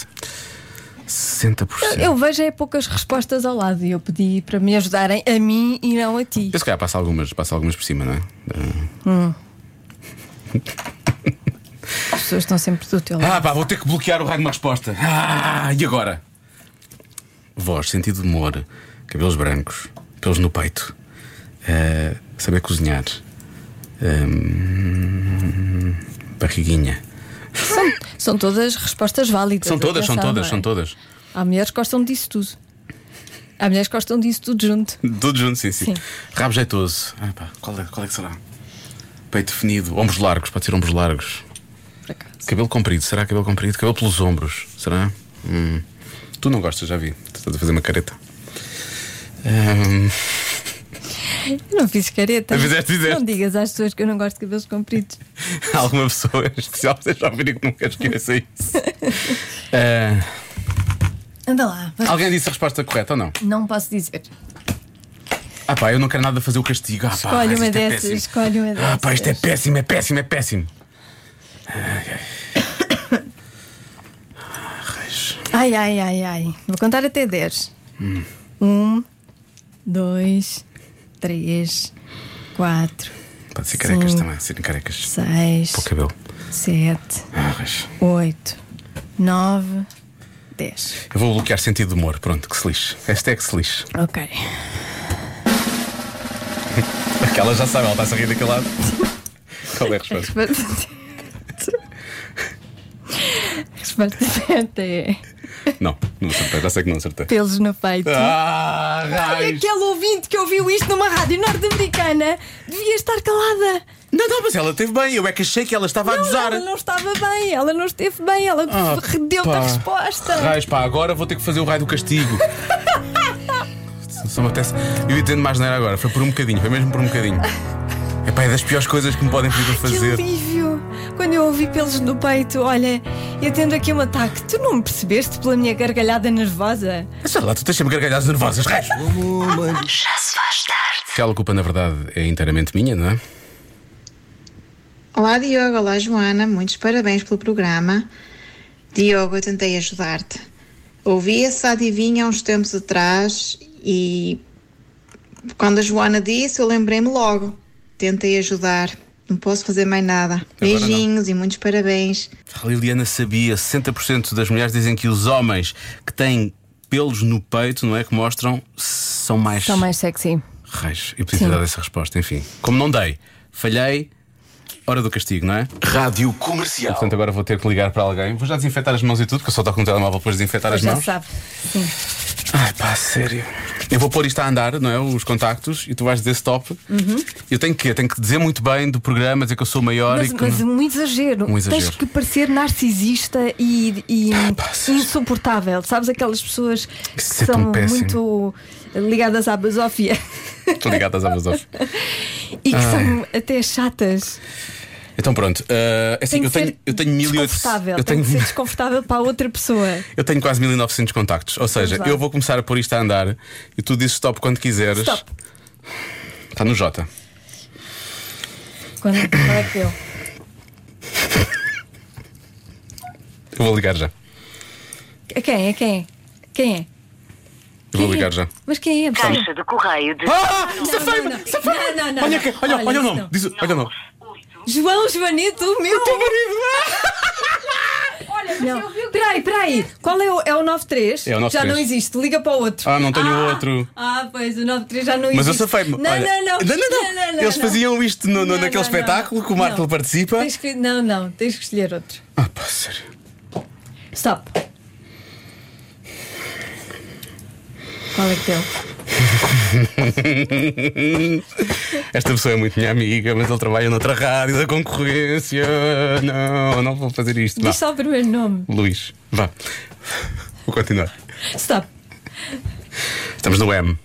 S2: 60%.
S1: Eu, eu vejo é poucas respostas ao lado e eu pedi para me ajudarem a mim e não a ti.
S2: Eu se calhar passa algumas, passa algumas por cima, não é? Ah.
S1: As pessoas estão sempre do teu lado.
S2: Ah, pá, vou ter que bloquear o raio de uma resposta. Ah, e agora? Voz, sentido de humor, cabelos brancos, pelos no peito, ah, saber cozinhar, ahm, barriguinha.
S1: São, são todas respostas válidas.
S2: São todas, são
S1: atenção,
S2: todas,
S1: não é?
S2: são todas.
S1: Há mulheres que gostam disso tudo. Há mulheres que gostam disso tudo junto.
S2: Tudo junto, sim, sim.
S1: Sim.
S2: Rabo jeitoso. Ah, pá, qual, é, qual é que será? Peito definido, ombros largos, pode ser ombros largos.
S1: Por acaso.
S2: Cabelo comprido, será cabelo comprido? Cabelo pelos ombros, será? Hum. Tu não gostas, já vi. Tu Estás a fazer uma careta. Hum. Ahm,
S1: Eu não fiz careta.
S2: Fizeste, fizeste.
S1: Não digas às pessoas que eu não gosto de cabelos compridos.
S2: alguma pessoa em especial, vocês já ouviram que nunca esqueça isso. Ah,
S1: Anda lá, vai.
S2: alguém disse a resposta correta ou não?
S1: não posso dizer.
S2: Ah, pá, eu não quero nada fazer o castigo. Ah, pá,
S1: Escolhe
S2: mas
S1: uma
S2: isto é
S1: dessas,
S2: péssimo.
S1: escolhe uma
S2: Ah, pá, isto é
S1: dessas.
S2: péssimo, é péssimo, é péssimo.
S1: Ai, ai, ai, ai. Vou contar até 10.
S2: Hum.
S1: Um, dois, três, quatro,
S2: Pode ser carecas
S1: Sim.
S2: também, serem carecas.
S1: seis,
S2: Pouco cabelo.
S1: sete,
S2: Ah, raios.
S1: oito, nove, dez.
S2: Eu vou bloquear sentido de humor, pronto, que se lixe. Esta é que se lixe.
S1: Ok.
S2: Aquela já sabe, ela está a rir daquele lado. Qual é a resposta?
S1: Resposta certa é
S2: Não, não acertei, já sei que não acertei.
S1: pelos no peito.
S2: Ah,
S1: Olha,
S2: raios!
S1: aquele ouvinte que ouviu isto numa rádio norte-americana devia estar calada.
S2: Não, não, mas ela esteve bem, eu é que achei que ela estava a
S1: Não,
S2: gozar.
S1: ela não estava bem, ela não esteve bem, ela
S2: Ah,
S1: deu-te
S2: pá.
S1: a resposta.
S2: Raios, pá, agora vou ter que fazer o raio do castigo. Só me apetece. Eu entendo mais neira agora, foi por um bocadinho, foi mesmo por um bocadinho. É pá, é das piores coisas que me podem pedir para
S1: Que
S2: fazer.
S1: alívio! Quando eu ouvi pelos no peito, olha, eu tendo aqui um ataque, tu não me percebeste pela minha gargalhada nervosa?
S2: Sei lá, tu tens sempre gargalhadas nervosas, raios!
S3: Já se faz tarde.
S2: Aquela culpa, na verdade, é inteiramente minha, não é?
S10: Olá Diogo, olá Joana, muitos parabéns pelo programa. Diogo, eu tentei ajudar-te. Ouvi essa adivinha há uns tempos atrás e quando a Joana disse, eu lembrei-me logo. Tentei ajudar. Não posso fazer mais nada. Beijinhos e muitos parabéns.
S2: A Liliana sabia, 60% das mulheres dizem que os homens que têm pelos no peito, não é? Que mostram, são mais.
S1: São mais sexy.
S2: Reis. Eu podia ter
S1: Sim.
S2: dado essa resposta, enfim. Como não dei, falhei. Hora do castigo, não é? Rádio comercial. Portanto, agora vou ter que ligar para alguém. Vou já desinfetar as mãos e tudo, que eu só toco no telemóvel depois de desinfetar as
S1: já
S2: mãos.
S1: sabe. Sim.
S2: Ai pá, sério. Eu vou pôr isto a andar, não é? Os contactos, e tu vais dizer stop.
S1: Uhum.
S2: Eu tenho que, eu tenho que dizer muito bem do programa, dizer que eu sou maior
S1: Mas,
S2: e que.
S1: mas um exagero.
S2: Um exagero. Ah,
S1: Tens que parecer narcisista e, e
S2: passas.
S1: insuportável. Sabes aquelas pessoas que
S2: Isso é tão
S1: são
S2: péssimo.
S1: muito ligadas à basófia
S2: Estou ligado às abas hoje.
S1: e que são até chatas.
S2: Então pronto. ah, é assim,
S1: Tem
S2: eu
S1: que ser
S2: tenho, eu tenho 1800.
S1: desconfortável.
S2: Eu
S1: Tem
S2: tenho,
S1: que ser desconfortável para a outra pessoa.
S2: eu tenho quase 1900 contactos. Ou seja,
S1: Vamos lá.
S2: eu vou começar a pôr isto a andar e tu dizes stop quando quiseres.
S1: Stop.
S2: Está no J.
S1: Quando, qual é que deu?
S2: Eu vou ligar já.
S1: A quem? A quem? Quem é?
S2: Eu vou ligar já.
S1: Mas quem é? pessoal?
S3: Caixa de correio de.
S2: Ah!
S1: Não, não, não. Não, não, não,
S2: Olha,
S1: não.
S2: que- olha, olha, o
S1: isso
S2: nome.
S1: não.
S2: Diz, o- olha o nome.
S1: João Joanito, o meu. Não. Peraí, peraí. Qual é o, é o 93?
S2: É o 93.
S1: Já não existe. Liga para o outro.
S2: Ah, não tenho outro.
S1: Ah, pois, o 93 já não existe.
S2: Mas eu safei-me.
S1: Não,
S2: Olha,
S1: não, não.
S2: não, não, Eles
S1: não.
S2: faziam isto no, no-
S1: Não,
S2: naquele
S1: não,
S2: espetáculo que o Marco
S1: Não.
S2: participa.
S1: Tens que- Não, não. Tens que escolher outro.
S2: Ah, pá, sério.
S1: Stop. Qual é que deu?
S2: Esta pessoa é muito minha amiga, mas ele trabalha noutra rádio da concorrência. Não, não vou fazer isto. Vá.
S1: Diz só o primeiro nome.
S2: Luís, vá. Vou continuar.
S1: Stop.
S2: Estamos no M.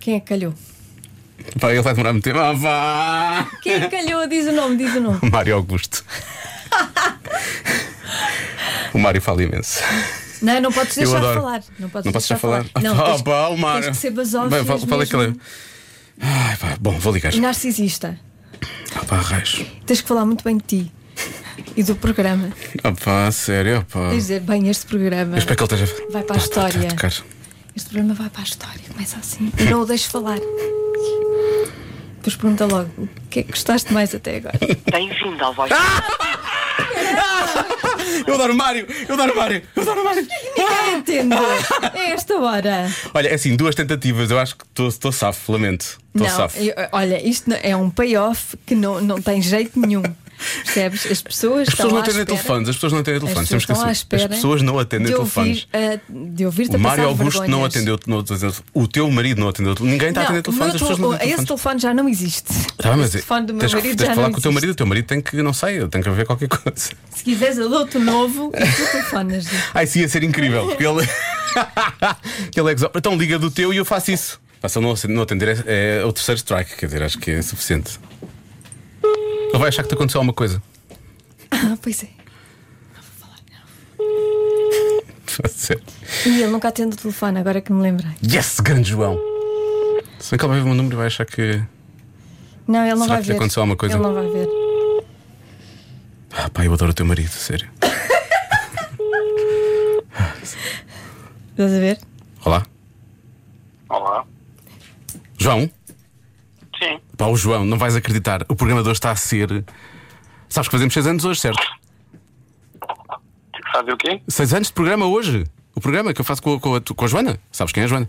S1: Quem é que calhou?
S2: Vá, ele vai demorar muito tempo. Ah, vá!
S1: Quem é que calhou? Diz o nome, diz o nome.
S2: O Mário Augusto. o Mário fala imenso.
S1: Não, não podes deixar de
S2: adoro.
S1: falar. Não podes
S2: Não posso já
S1: deixar de
S2: falar?
S1: Não,
S2: Ah,
S1: tens,
S2: pá, o Mário.
S1: tens que ser
S2: Bem,
S1: basófias
S2: fala- fala
S1: mesmo
S2: aquele- um. Ai, pá, bom, vou ligar.
S1: e narcisista.
S2: Ah, pá, raios.
S1: Tens que falar muito bem de ti e do programa.
S2: Ah, pá, sério, ah, pá.
S1: Tens de dizer, bem, este programa,
S2: Eu espero que ele esteja.
S1: Vai para a
S2: Ah, tá, tá,
S1: história.
S2: tocar.
S1: este programa vai para a história. Começa assim. E não o deixes falar. Depois pergunta logo, o que é que gostaste mais até agora?
S3: Bem-vindo ao Voz.
S7: Ah!
S2: Eu adoro o Mário! Eu adoro o Mário! Eu adoro o Mário!
S1: Ninguém entende. É esta hora.
S2: Olha, é assim, duas tentativas. Eu acho que estou safo, lamento. Estou
S1: Não,
S2: safo.
S1: eu- olha, isto não- é um payoff que não, não tem jeito nenhum. Percebes?
S2: As
S1: As pessoas,
S2: pessoas
S1: estão
S2: não
S1: à
S2: atendem
S1: espera.
S2: telefones, as pessoas não atendem
S1: As
S2: telefones.
S1: pessoas
S2: Temos que
S1: estão à
S2: assumir.
S1: espera
S2: As pessoas não atendem
S1: de
S2: telefones.
S1: ouvir, ah, de ouvir-te
S2: O
S1: a
S2: Mário
S1: passar
S2: Augusto não
S1: vergonhas.
S2: atendeu, não atendeu. O teu marido não atendeu. Ninguém está a atender
S1: Não, o meu
S2: telefones. As pessoas
S1: tele-
S2: não
S1: esse
S2: atendem telefones.
S1: telefone já não existe.
S2: Tá,
S1: Esse
S2: mas
S1: telefone do meu
S2: tens que-
S1: marido
S2: tens
S1: já
S2: que falar
S1: não
S2: com o teu
S1: existe.
S2: marido. O teu marido tem que, não sei, tem que haver qualquer coisa.
S1: Se quiseres, eu dou-te um novo e tu telefonas.
S2: Ah, isso ia ser incrível. Porque ele. que ele é exó- Então liga do teu e eu faço isso. Mas se ele não, não atender, é, é o terceiro strike. Quer dizer, acho que é suficiente. Ele vai achar que te aconteceu alguma coisa.
S1: Ah, pois é.
S2: Pode ser.
S1: E ele nunca atende o telefone, agora que me lembrei.
S2: Yes, grande João! Se bem que ele vai ver o meu número e vai achar que.
S1: Não, ele não
S2: Será
S1: vai
S2: que
S1: ver.
S2: lhe aconteceu alguma coisa?
S1: Ele não vai ver.
S2: Ah, pá, eu adoro o teu marido, sério.
S1: Estás a ver?
S2: Olá.
S7: Olá.
S2: João?
S7: Sim.
S2: Pá, o João, não vais acreditar. O programa de hoje está a ser. Sabes que fazemos seis anos hoje, certo?
S7: Fazer o quê?
S2: Seis anos de programa hoje. O programa que eu faço com, a- com a, com a Joana. Sabes quem é a Joana?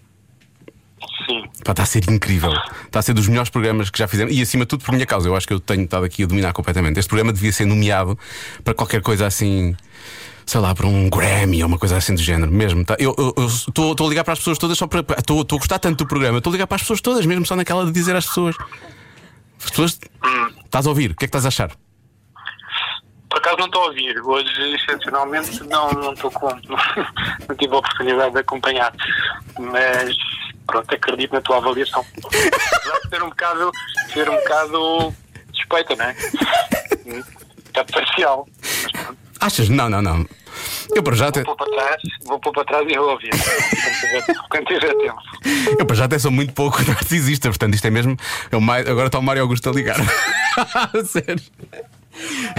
S7: Sim.
S2: Pá, está a ser incrível. Está a ser dos melhores programas que já fizemos. E acima de tudo, por minha causa. Eu acho que eu tenho estado aqui a dominar completamente. Este programa devia ser nomeado para qualquer coisa assim. Sei lá, para um Grammy ou uma coisa assim do género, mesmo. Tá? Eu eu- eu estou estou a ligar para as pessoas todas só para. para- Estou estou a gostar tanto do programa, estou a ligar para as pessoas todas, mesmo só naquela de dizer às pessoas. As pessoas. Estás a ouvir? O que é que estás a achar?
S7: Por acaso não estou a ouvir. Hoje, excepcionalmente, não não estou com. Não tive a oportunidade de acompanhar. Mas, pronto, acredito na tua avaliação. Apesar de ser um bocado, ser um bocado suspeita, não é? Hum, É parcial.
S2: Achas? Não, não, não. Eu para já até,
S7: Vou pôr para trás, vou pôr para trás e vou ouvir. Quando tiver- Quando tiver é tempo.
S2: eu para já até sou muito pouco narcisista, portanto isto é mesmo. é o mais- agora está o Mário Augusto a ligar. Sério.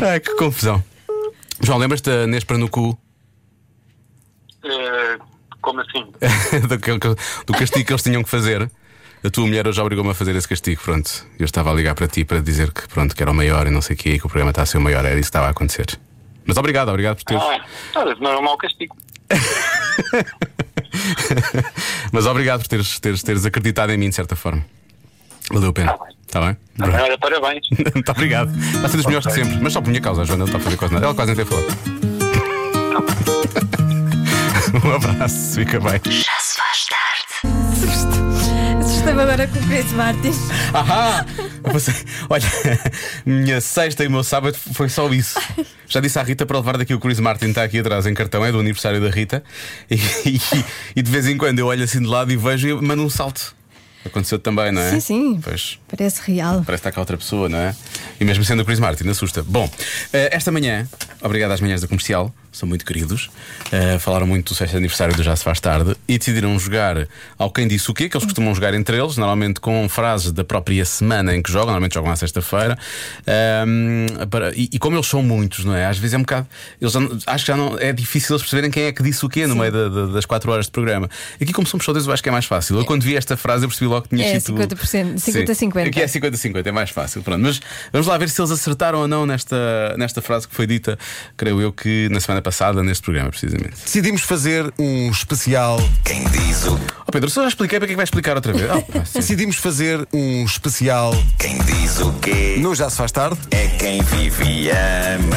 S2: Ai, que confusão. João, lembras-te da Nespra no cu?
S7: Eh, como assim?
S2: É. do, que- do castigo que eles tinham que fazer. A tua mulher hoje obrigou-me a fazer esse castigo, pronto. Eu estava a ligar para ti para dizer que pronto, que era o maior e não sei o quê, e que o programa está a ser o maior, era isso que estava a acontecer. Mas obrigado, obrigado por teres.
S7: Ah, olha, não é um mau castigo.
S2: Mas obrigado por teres, teres, teres acreditado em mim de certa forma. Valeu a pena. Está Tá bem? Pronto.
S7: Olha, parabéns.
S2: Muito obrigado. Vai ser dos melhores de sempre, mas só por minha causa, a Joana não está a fazer quase nada. Ela quase nem tem falado. um abraço, fica bem.
S3: Já se faz tarde.
S1: Assustei-me agora com o Chris Martin.
S2: Ahá! Eu passei- Olha, minha sexta e o meu sábado foi só isso. Já disse à Rita para levar daqui o Chris Martin, está aqui atrás em cartão, é do aniversário da Rita. E, e- e de vez em quando eu olho assim de lado e vejo e mando um salto. Aconteceu também, não é?
S1: Sim, sim.
S2: Pois.
S1: Parece real.
S2: Parece que está cá outra pessoa, não é? E mesmo sendo o Chris Martin, assusta. Bom, eh, esta manhã, obrigado às manhãs da comercial, são muito queridos. eh, Falaram muito do sexto aniversário do Já Se Faz Tarde e decidiram jogar ao Quem Disse o Quê, que eles costumam jogar entre eles, normalmente com frases da própria semana em que jogam, normalmente jogam à sexta-feira. Ahm, para- e, e como eles são muitos, não é? Às vezes é um bocado. Eles já não- acho que já não. É difícil eles perceberem quem é que disse o quê no meio da- da- das quatro horas de programa. Aqui, como somos só dois, eu acho que é mais fácil. Eu, quando vi esta frase, eu percebi logo que tinha
S1: É,
S2: sido.
S1: 50%,
S2: Tipo, Sim.
S1: 50-50.
S2: Aqui é 50-50, é mais fácil. Pronto. Mas vamos lá ver se eles acertaram ou não nesta, nesta frase que foi dita, creio eu, que na semana passada, neste programa, precisamente.
S11: Decidimos fazer um especial.
S12: Quem diz o
S2: Oh, Pedro, se eu já expliquei, para que é que vai explicar outra vez? Ah, pá, sim.
S11: Decidimos fazer um especial.
S12: quem diz o quê
S11: No Já Se Faz Tarde.
S12: é quem vive e ama.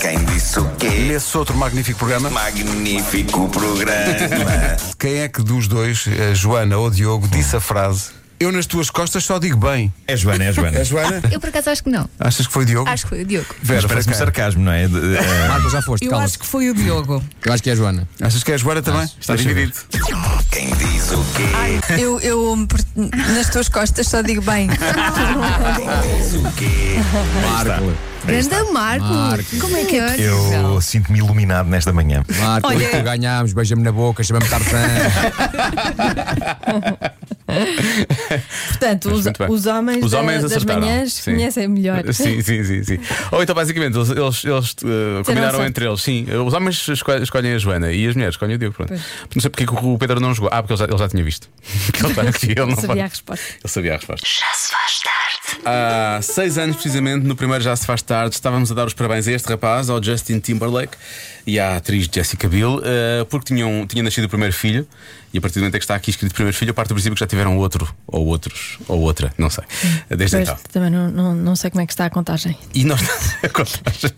S12: Quem disse o quê?
S11: Nesse outro magnífico programa.
S12: Magnífico programa.
S11: Quem é que dos dois, a Joana ou o
S2: Hum.
S11: Diogo, disse a frase? Eu nas tuas costas só digo bem.
S13: É Joana, é Joana.
S11: A Joana?
S4: Eu por acaso acho que não.
S11: Achas que foi o Diogo?
S4: Acho que foi o Diogo.
S11: Vera,
S13: Mas parece-me
S11: foi quem?
S13: sarcasmo, não é? De- de- é.
S14: Marco, já foste,
S4: Eu
S14: calma.
S4: acho que foi o Diogo.
S14: Eu acho que é a Joana.
S11: Achas que é a Joana também?
S2: Está dividido.
S12: Quem diz o quê?
S4: Eu, eu por- nas tuas costas só digo bem.
S14: Marco.
S4: Grande Marco.
S14: Marco.
S4: Como é que é?
S13: Eu sinto-me iluminado nesta manhã.
S14: Marco, tu ganhámos, beija-me na boca, chama-me Tarzan.
S1: Portanto,
S2: Mas
S1: os,
S2: muito bem.
S1: os homens, da- das
S2: acertaram.
S1: manhãs
S2: Sim.
S1: conhecem melhor.
S2: Sim, sim, sim, sim. Ou então, basicamente, eles, eles, eles, eh, combinaram
S1: certo.
S2: entre eles. Sim, os homens esco- escolhem a Joana e as mulheres escolhem o Diogo. Pronto. Não sei porque é que o Pedro não jogou. Ah, porque ele já, ele já tinha visto. Porque ele
S1: então tá,
S2: está aqui, ele não
S1: Sabia
S2: pode-
S1: a resposta.
S2: Ele sabia a resposta.
S3: Já se faz tarde.
S2: Há seis anos, precisamente, no primeiro Já Se Faz Tarde, estávamos a dar os parabéns a este rapaz, ao Justin Timberlake e à atriz Jessica Biel, eh, porque tinham, tinha nascido o primeiro filho. E a partir do momento em que está aqui escrito primeiro filho, eu parto do princípio que já tiveram outro, ou outros, ou outra, não sei. Desde
S1: Pois,
S2: então.
S1: também não, não, não sei como é que está a contagem.
S2: E nós, a contagem.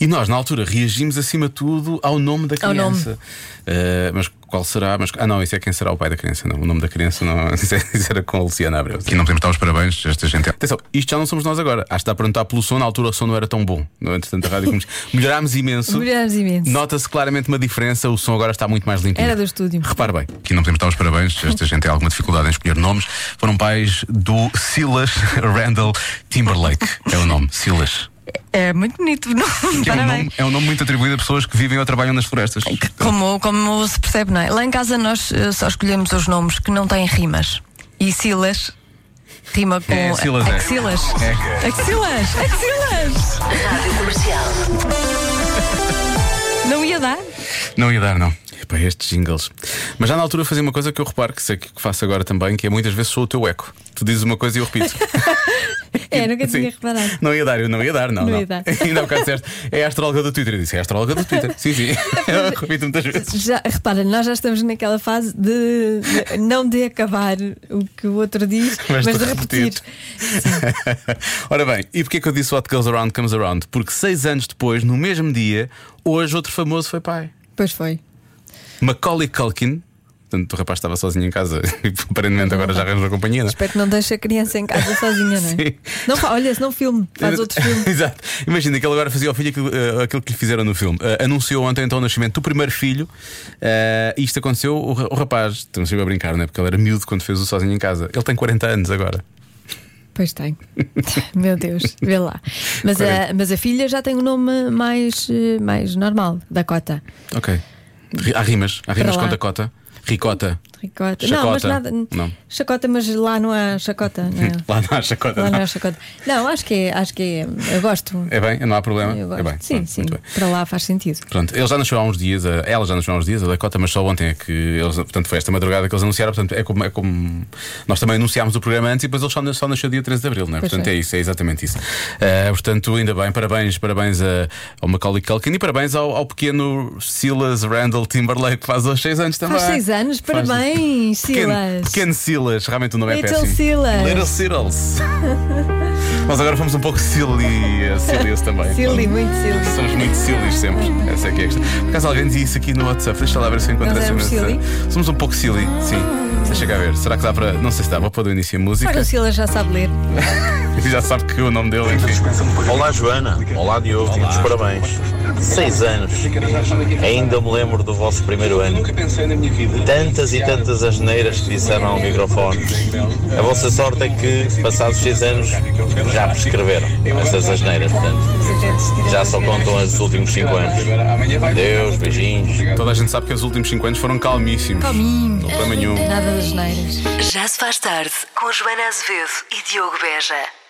S2: e nós, na altura, reagimos acima de tudo ao nome da
S1: Ao nome.
S2: criança. Eh, mas qual será? Mas, ah, não, isso é quem será o pai da criança. Não, o nome da criança não. Isso, é- isso era com a Luciana Abreu. E não podemos dar os parabéns a esta gente. Atenção, isto já não somos nós agora. Acho que está a perguntar pelo som. Na altura, o som não era tão bom. No entretanto, a rádio como- melhorámos imenso.
S1: Melhorámos imenso.
S2: Nota-se claramente uma diferença. O som agora está muito mais limpo.
S1: Era do estúdio.
S2: Repare bem, aqui não podemos dar os parabéns, esta gente tem alguma dificuldade em escolher nomes. Foram pais do Silas Randall Timberlake. É o nome, Silas.
S4: É muito bonito. Não?
S2: Que é, um
S4: Parabéns.
S2: nome, é um nome muito atribuído a pessoas que vivem ou trabalham nas florestas.
S4: Como, como se percebe, não é? Lá em casa nós eh, só escolhemos os nomes que não têm rimas. E Silas rima com
S2: É, Silas é.
S4: axilas. Axilas! Axilas!
S3: Rádio comercial.
S4: Não ia dar?
S2: Não ia dar, não. Para estes jingles. Mas já na altura fazia uma coisa que eu reparo que sei que faço agora também, que é muitas vezes sou o teu eco. Tu dizes uma coisa e eu repito.
S1: É, nunca
S2: Sim.
S1: tinha reparado.
S2: Não ia dar, eu não ia dar, não.
S1: Não
S2: não.
S1: ia dar.
S2: Ainda há bocado disseste, é a astróloga do Twitter. Eu disse, é a astróloga do Twitter. Sim, sim. Eu repito muitas vezes.
S1: Já, repara, nós já estamos naquela fase de, de- não de acabar o que o outro diz,
S2: Mas
S1: mas,
S2: de
S1: de repetir.
S2: Ora bem, e porquê que eu disse What Goes Around Comes Around? Porque seis anos depois, no mesmo dia, hoje outro famoso foi pai.
S1: Pois foi.
S2: Macaulay Culkin. Portanto, o rapaz estava sozinho em casa e aparentemente agora já arranjou a companhia, não é?
S1: Espero que não deixe a criança em casa sozinha, não é?
S2: Sim.
S1: Não, fa- olha, se não filme, faz outro filme.
S2: Exato. Imagina que ele agora fazia ao filho aquilo, eh, aquilo que lhe fizeram no filme. Eh, anunciou ontem então o nascimento do primeiro filho eh, e isto aconteceu. O, então, ra- o rapaz, estamos sempre a brincar, não é? Porque ele era miúdo quando fez o sozinho em casa. Ele tem 40 anos agora.
S1: Pois tem. Meu Deus, vê lá. Mas a,
S2: Quarenta.
S1: mas a filha já tem um nome mais, eh, mais normal, Dakota.
S2: Ok. Ri- Há rimas. Há
S1: Para
S2: rimas com
S1: lá.
S2: Dakota. Ricota.
S1: Ricota.
S2: Chacota.
S1: Não, mas nada.
S2: Não.
S1: Chacota, mas lá não há chacota. Não é?
S2: Lá não há chacota.
S1: Lá
S2: não.
S1: não há chacota. Não, acho que é. Acho que é eu gosto.
S2: É bem, não há problema.
S1: Eu
S2: É
S1: gosto.
S2: bem.
S1: sim, sim. Para lá faz sentido.
S2: Pronto, ele já nasceu há uns dias, a- ela já nasceu há uns dias, a Dakota, mas só ontem é que eles, portanto, foi esta madrugada que eles anunciaram, portanto, é como, é como nós também anunciámos o programa antes e depois ele só, na- só nasceu dia 13 de Abril, não é?
S15: Pois
S2: portanto,
S15: é.
S2: é isso, é exatamente isso. Eh, portanto, ainda bem, parabéns, parabéns a, ao Macaulay Culkin e parabéns ao, ao pequeno Silas Randall Timberlake, que faz aos 6 anos também.
S1: Faz seis anos,
S2: Faz-
S1: parabéns,
S2: Pequeno,
S1: Silas.
S2: pequeno Silas, realmente o nome é
S1: Little
S2: péssimo.
S1: Silas.
S2: Little Silas. Nós agora fomos um pouco silly, eh, sillies também.
S1: Silly, muito silly.
S2: Somos muito sillies sempre. Essa é que é esta. Por acaso alguém dizia isso aqui no WhatsApp? Deixa lá ver se eu encontro
S1: Nós
S2: essa
S1: éramos
S2: mensagem. Somos um pouco silly, sim. Deixa cá ver. Será que dá para. Não sei se dá, vou pôr do início a
S1: Claro,
S2: música.
S1: o Silas já sabe ler.
S2: Já sabe que o nome dele, enfim.
S16: Olá Joana, olá Diogo, muitos parabéns. Seis anos. Ainda me lembro do vosso primeiro ano. Tantas e tantas asneiras que disseram ao microfone. A vossa sorte é que, passados seis anos, já prescreveram essas asneiras. Portanto, já só contam os últimos cinco anos. Deus, beijinhos.
S2: Toda a gente sabe que os últimos 5 anos foram calmíssimos.
S1: Calminho.
S2: Não problema nenhum.
S1: Nada das neiras.
S3: Já se faz tarde com Joana Azevedo e Diogo Beja.